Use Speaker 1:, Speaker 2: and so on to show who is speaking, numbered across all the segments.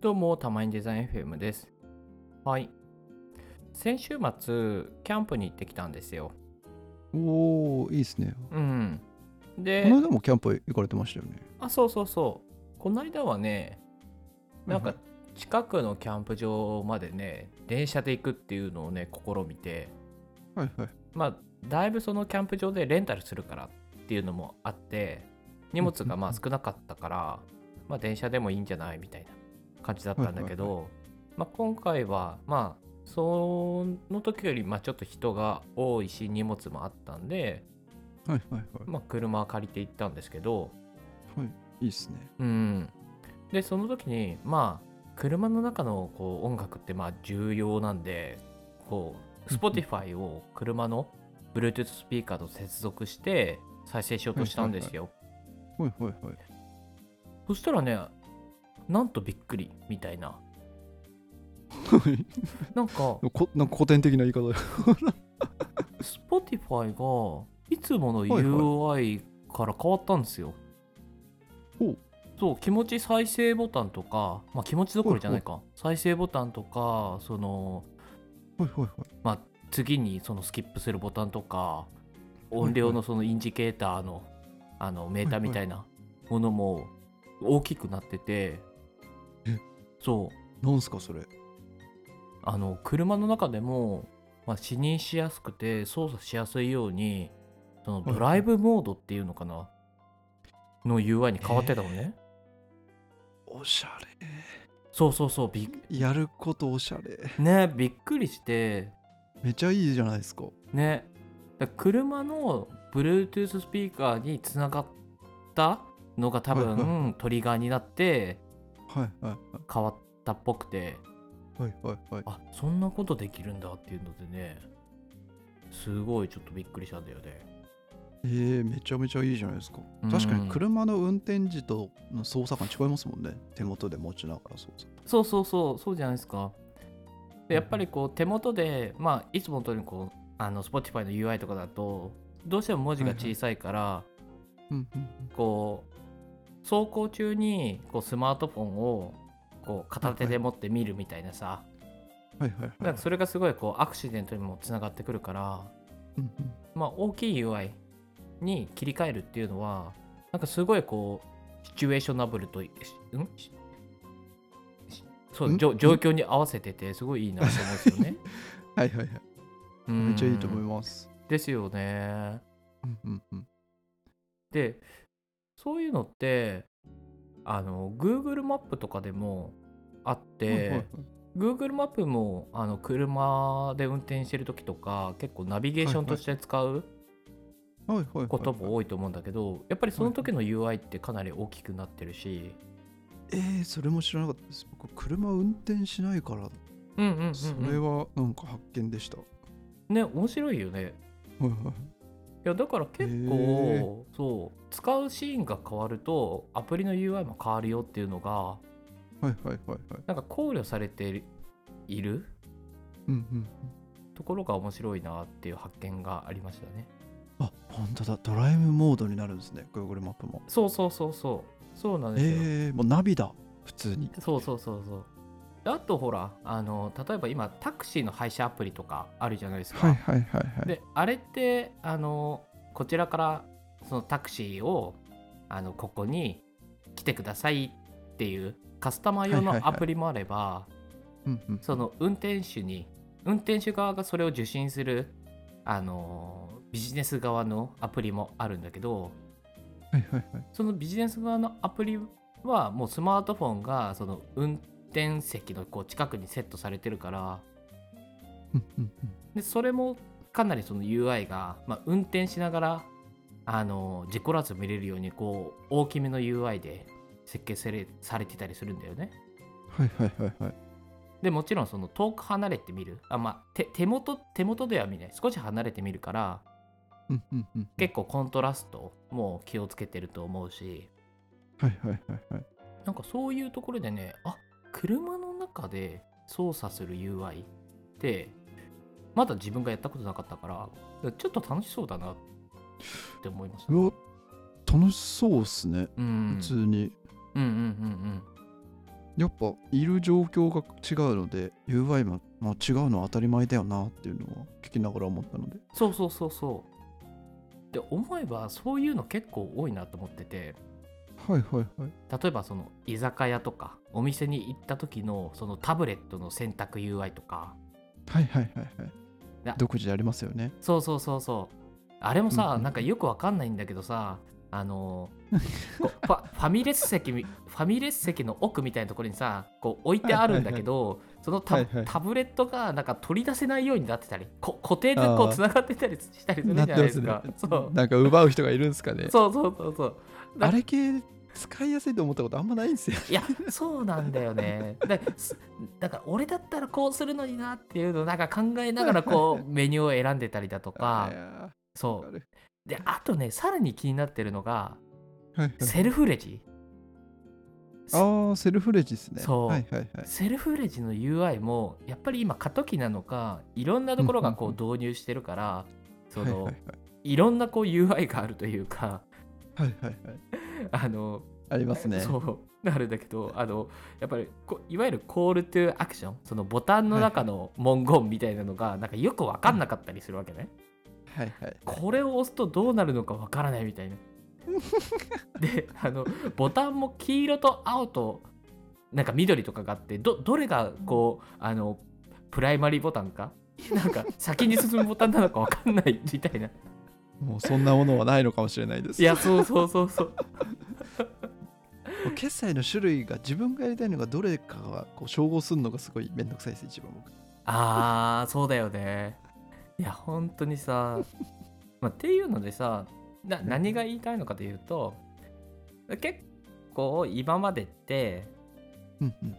Speaker 1: どうも、たまにデザイン FM です。はい。先週末、キャンプに行ってきたんですよ。
Speaker 2: おー、いいですね。
Speaker 1: うん。
Speaker 2: こ
Speaker 1: で
Speaker 2: の、間もキャンプ行かれてましたよね。
Speaker 1: あ、そうそうそう。この間はね、なん
Speaker 2: う
Speaker 1: か
Speaker 2: ん
Speaker 1: 近くのキャンプ場までね、電車で行くっていうのをね、試みて、
Speaker 2: はいはい。
Speaker 1: まあ、だいぶそのキャンプ場でレンタルするからっていうのもあって、荷物がまあ
Speaker 2: うんうん
Speaker 1: 少なかったから、まあ、電車でもいいんじゃないみたいな感じだったんだけ
Speaker 2: はい
Speaker 1: ど、まあ、今回は、まあ、その時よりまあちょっと人が多いし、荷物もあったんで、
Speaker 2: はいはいは
Speaker 1: まあ、車借りて行ったんですけど、
Speaker 2: い。はい、いいっすね。
Speaker 1: うん、でその時にまあ車の中のこう音楽ってまあ重要なんでこう Spotify を車の Bluetooth スピーカーと接続して再生しようとしたんですよ、
Speaker 2: はいはいはい。
Speaker 1: そしたらねなんとびっくりみたい ななんか
Speaker 2: こなんか古典的な言い方だ
Speaker 1: Spotify がいつもの
Speaker 2: はい
Speaker 1: UI から変わったんですよ、
Speaker 2: ほう
Speaker 1: そう気持ち再生ボタンとか、まあ、気持ちどころじゃないか、再生ボタンとかその
Speaker 2: はいはいはい。
Speaker 1: まあ、次にそのスキップするボタンとか音量のそのインジケーターのあのメーターみたいなものも大きくなってて
Speaker 2: え
Speaker 1: そう
Speaker 2: なんすかそれ。
Speaker 1: あの車の中でも、まあ、視認しやすくて操作しやすいようにその
Speaker 2: はいはい
Speaker 1: ドライブモードっていうのかなの UI に変わってたのね
Speaker 2: おしゃ
Speaker 1: そうそうそうびっ
Speaker 2: れ。やることおしゃれ。
Speaker 1: ねびっくりして
Speaker 2: めちゃいいじゃないですか。
Speaker 1: ねだから車の Bluetooth スピーカーにつながったのが多分、
Speaker 2: はい
Speaker 1: トリガーになって
Speaker 2: はいはい
Speaker 1: 変わったっぽくて
Speaker 2: はいはいはい。
Speaker 1: あそんなことできるんだっていうのでねすごいちょっとびっくりしたんだよね
Speaker 2: えー、めちゃめちゃいいじゃないですか
Speaker 1: う。ん
Speaker 2: 確かに車の運転時との操作感違いますもんね。手元で持ちながら操作。
Speaker 1: そうそうそうそうじゃないですかでやっぱりこう手元でまあいつもの通りこうあの Spotify の UI とかだとどうしても文字が小さいから、
Speaker 2: うんうん
Speaker 1: こう走行中にこうスマートフォンをこう片手で持って見るみたいなさ、
Speaker 2: うん。はいはいはい。
Speaker 1: なんかそれがすごいこうアクシデントにもつながってくるから、
Speaker 2: うんうん
Speaker 1: まあ、大きい UI に切り替えるっていうのはなんかすごいこうシチュエーショナブルといしんししそうんじょ状況に合わせててすごいいいなと思うんですよ ね。
Speaker 2: はいはいはい。めっちゃいいと思い
Speaker 1: す。
Speaker 2: ます。
Speaker 1: ですよね。
Speaker 2: うんうんうん。
Speaker 1: でそういうのってあの Google マップとかでもあって、
Speaker 2: はいはいはい
Speaker 1: Google マップもあの車で運転してる時とか結構ナビゲーションとして使う
Speaker 2: はいはいはいはい
Speaker 1: ことも多いと思うんだけど、やっぱりその時の UI ってかなり大きくなってるし、
Speaker 2: えー、それも知らなかったです僕車運転しないから
Speaker 1: うんうんうんうん
Speaker 2: それはなんか発見でした、
Speaker 1: ね面白いよね
Speaker 2: はいはい
Speaker 1: いやだから結
Speaker 2: へ
Speaker 1: 構そう使うシーンが変わるとアプリの UI も変わるよっていうのが
Speaker 2: はいはいはいはい
Speaker 1: なんか考慮されている
Speaker 2: うんうん
Speaker 1: ところが面白いなっていう発見がありましたね。
Speaker 2: あ本当だドライブモードになるんですね Google マップも
Speaker 1: そうそうそうそう。そうなんですよ。
Speaker 2: えー、もうナビだ普通に
Speaker 1: そうそうそうそう。あとほら、あの例えば今タクシーの配車アプリとかあるじゃないですか。
Speaker 2: はいはいはいはい
Speaker 1: であれってあのこちらからそのタクシーをあのここに来てくださいっていうカスタマー用
Speaker 2: はいは
Speaker 1: の
Speaker 2: いは
Speaker 1: ア
Speaker 2: い
Speaker 1: プリもあれば、
Speaker 2: うんうん
Speaker 1: その運転手に運転手側がそれを受信するあのビジネス側のアプリもあるんだけど
Speaker 2: はいはいはい
Speaker 1: そのビジネス側のアプリはもうスマートフォンがその運転席のこう近くにセットされてるから
Speaker 2: うんうん
Speaker 1: でそれもかなりその UI が、まあ、運転しながらあの事故らず見れるようにこう大きめの UI で設計されされてたりするんだよね。
Speaker 2: はいはいはいはい
Speaker 1: でもちろんその遠く離れて見るあ、まあ、手手元手元では見ない少し離れて見るから
Speaker 2: うんうんうん
Speaker 1: 結構コントラストも気をつけてると思うし。
Speaker 2: はいはいはいはい
Speaker 1: なんかそういうところでね、あ車の中で操作する UI って、まだ自分がやったことなかったから、ちょっと楽しそうだなって思いました。
Speaker 2: うわ楽しそうっすね
Speaker 1: うん、
Speaker 2: 普通に、
Speaker 1: うんうんうんうん。
Speaker 2: やっぱいる状況が違うので UI も、まあ、違うのは当たり前だよなっていうのは聞きながら思ったので
Speaker 1: そうそうそうそう。で思えばそういうの結構多いなと思ってて
Speaker 2: はいはいはい
Speaker 1: 例えばその居酒屋とかお店に行った時のそのタブレットの選択 UI とか
Speaker 2: はいはいはいはい
Speaker 1: な
Speaker 2: 独自でありますよね
Speaker 1: そうそうそうそうあれもさ、
Speaker 2: うんうん
Speaker 1: なんかよくわかんないんだけどさあのこうファフ ァミレス席みファミレス席の奥みたいなところにさこう置いてあるんだけど、そのタ,、
Speaker 2: はいはい
Speaker 1: タブレットがなんか取り出せないようになってたりこ固定でこ
Speaker 2: あー
Speaker 1: うつながってたりしたりするじ
Speaker 2: な
Speaker 1: ゃ
Speaker 2: っ
Speaker 1: な
Speaker 2: て
Speaker 1: い
Speaker 2: ま
Speaker 1: ですす
Speaker 2: ね
Speaker 1: かそう
Speaker 2: なんか奪う人がいるんですかね
Speaker 1: そうそうそうそうな
Speaker 2: あれ系使いやすいと思ったことあんまないん ですよ
Speaker 1: いやそうなんだよね だすだから俺だったらこうするのになっていうのをなんか考えながら こうメニューを選んでたりだとか
Speaker 2: いや
Speaker 1: そ
Speaker 2: ーあ
Speaker 1: う
Speaker 2: れ
Speaker 1: であとねさらに気になってるのが
Speaker 2: はいはい
Speaker 1: セルフレジ
Speaker 2: あーセルフレジですね
Speaker 1: そう
Speaker 2: はいはいはい
Speaker 1: セルフレジの UI もやっぱり今過渡期なのかいろんなところがこう
Speaker 2: うん
Speaker 1: 導入してるからそ
Speaker 2: はいはいは
Speaker 1: の
Speaker 2: い
Speaker 1: いろんなこう UI があるというか
Speaker 2: はいはいはい
Speaker 1: あの
Speaker 2: ありますね
Speaker 1: そうなるんだけどあのやっぱりこいわゆるコールトゥアクションそのボタンの中の文言みたいなのがなんかよく分かんなかったりするわけね、
Speaker 2: はいはい
Speaker 1: これを押すとどうなるのか分からないみたいなであのボタンも黄色と青となんか緑とかがあってどどれがこうあのプライマリーボタンかなんか先に進むボタンなのか分かんないみたいな
Speaker 2: もうそんなものはないのかもしれないです
Speaker 1: いやそうそうそうそう
Speaker 2: もう決済の種類が自分がやりたいのがどれかがこう照合するのがすごいめんどくさいです一番僕
Speaker 1: あーそうだよねいや本当にさ、まあ、っていうのでさな何が言いたいのかというと結構今までって
Speaker 2: うんうんうん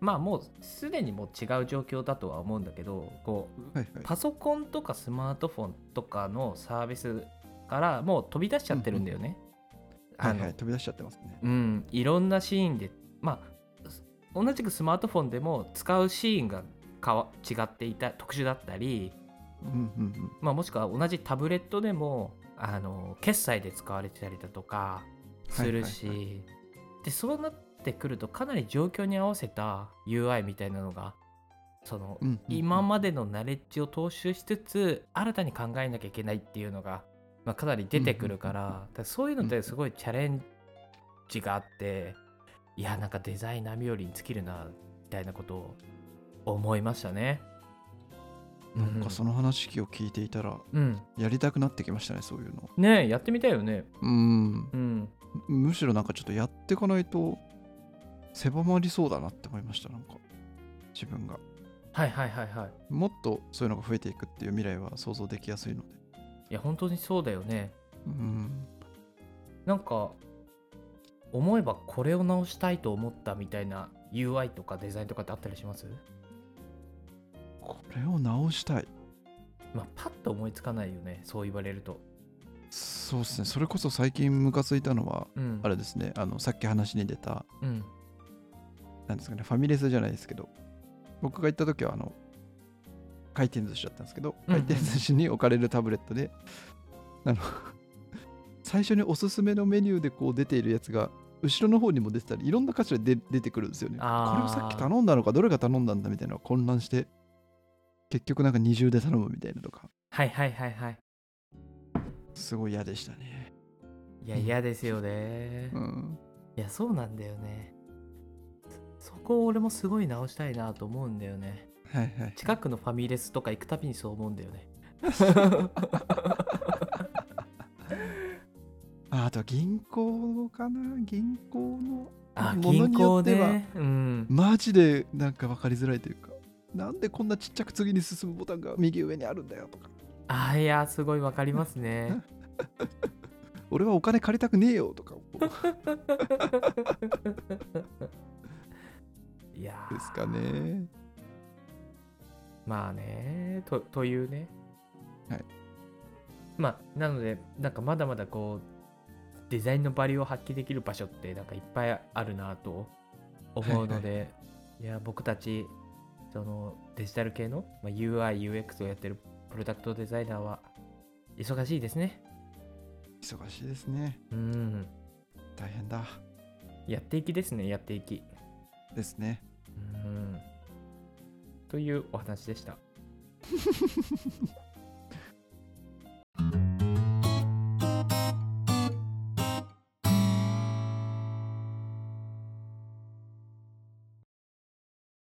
Speaker 1: まあもうすでにもう違う状況だとは思うんだけどこう
Speaker 2: はいはい
Speaker 1: パソコンとかスマートフォンとかのサービスからもう飛び出しちゃってるんだよね。あ
Speaker 2: はい
Speaker 1: の
Speaker 2: はい飛び出しちゃってますね
Speaker 1: うん、いろんなシーンで、まあ、す同じくスマートフォンでも使うシーンがかわ違っていた特殊だったり、
Speaker 2: うんうん
Speaker 1: まあ、もしくは同じタブレットでもあの決済で使われてたりだとかするし、
Speaker 2: はいは
Speaker 1: でそうなってくるとかなり状況に合わせた UI みたいなのがその、
Speaker 2: うんうんうん
Speaker 1: 今までのナレッジを踏襲しつつ新たに考えなきゃいけないっていうのが、まあ、かなり出てくるから,、
Speaker 2: うんうんうん
Speaker 1: そういうのってすごいチャレンジがあって、いやなんかデザイン並みよりに尽きるなみたいなことを思いましたね。
Speaker 2: なんかその話を聞いていたら
Speaker 1: うん、
Speaker 2: やりたくなってきましたねそういうの
Speaker 1: ねえやってみたいよね。
Speaker 2: うん
Speaker 1: うん、
Speaker 2: むしろなんかちょっとやっていかないと狭まりそうだなって思いましたなんか自分が
Speaker 1: はいはいはいはい。
Speaker 2: もっとそういうのが増えていくっていう未来は想像できやすいので
Speaker 1: いや本当にそうだよね。
Speaker 2: うん
Speaker 1: なんか思えばこれを直したいと思ったみたいな UI とかデザインとかってあったりします
Speaker 2: これを直したい
Speaker 1: まあパッと思いつかないよねそう言われると。
Speaker 2: そうですねそれこそ最近ムカついたのは
Speaker 1: うん。
Speaker 2: あれですねあのさっき話に出た
Speaker 1: うん。
Speaker 2: なんですかねファミレスじゃないですけど僕が行った時はあの回転寿司だったんですけど
Speaker 1: うんうん
Speaker 2: 回転寿司に置かれるタブレットで、あの 最初におすすめのメニューでこう出ているやつが後ろの方にも出てたりいろんな箇所で出出てくるんですよねこ
Speaker 1: あー
Speaker 2: れをさっき頼んだのかどれが頼んだんだみたいなのが混乱して結局なんか二重で頼むみたいなとか
Speaker 1: はいはいはいはい。
Speaker 2: すごい嫌でしたね
Speaker 1: いや嫌ですよね。
Speaker 2: うん
Speaker 1: いやそうなんだよね。そそこを俺もすごい直したいなと思うんだよね。
Speaker 2: はいはい
Speaker 1: 近くのファミレスとか行くたびにそう思うんだよね。
Speaker 2: ああとは銀行かな銀行の
Speaker 1: あ
Speaker 2: 物
Speaker 1: 銀
Speaker 2: によ
Speaker 1: 行
Speaker 2: っては
Speaker 1: ね。うん。
Speaker 2: マジでなんか分かりづらいというかなんでこんなちっちゃく次に進むボタンが右上にあるんだよとか
Speaker 1: あーいやすごいわかりますね。
Speaker 2: 俺はお金借りたくねえよとか
Speaker 1: いやー
Speaker 2: ですかね
Speaker 1: まあねとというね
Speaker 2: はい
Speaker 1: まあなのでなんかまだまだこうデザインのバリューを発揮できる場所ってなんかいっぱいあるなと思うので、いや僕たちそのデジタル系の、まあ、UIUX をやってるプロダクトデザイナーは忙しいですね
Speaker 2: 忙しいですね
Speaker 1: うん
Speaker 2: 大変だ
Speaker 1: やっていきですねやっていき
Speaker 2: ですね。
Speaker 1: うんというお話でした